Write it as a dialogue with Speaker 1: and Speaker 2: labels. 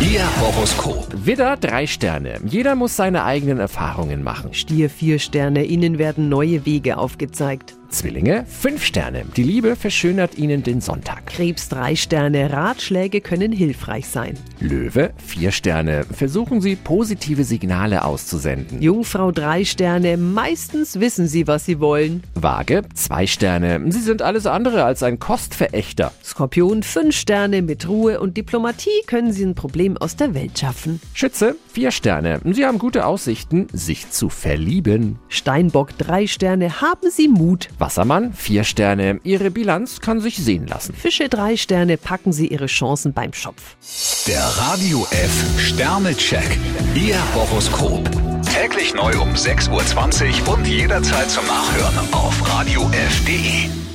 Speaker 1: Ihr Horoskop.
Speaker 2: Widder, drei Sterne. Jeder muss seine eigenen Erfahrungen machen.
Speaker 3: Stier vier Sterne, Ihnen werden neue Wege aufgezeigt.
Speaker 2: Zwillinge, fünf Sterne. Die Liebe verschönert ihnen den Sonntag.
Speaker 3: Krebs drei Sterne, Ratschläge können hilfreich sein.
Speaker 2: Löwe, vier Sterne. Versuchen Sie, positive Signale auszusenden.
Speaker 3: Jungfrau drei Sterne, meistens wissen Sie, was Sie wollen.
Speaker 2: Waage, zwei Sterne. Sie sind alles andere als ein Kostverächter.
Speaker 3: Skorpion fünf Sterne, mit Ruhe und Diplomatie können Sie ein Problem aus der Welt schaffen.
Speaker 2: Schütze, vier Sterne. Sie haben gute Aussichten, sich zu verlieben.
Speaker 3: Steinbock drei Sterne, haben Sie Mut.
Speaker 2: Wassermann, vier Sterne. Ihre Bilanz kann sich sehen lassen.
Speaker 3: Fische drei Sterne, packen Sie Ihre Chancen beim Schopf.
Speaker 1: Der Radio F Sternecheck. Ihr Horoskop. Täglich neu um 6.20 Uhr und jederzeit zum Nachhören auf Radio radiof.de.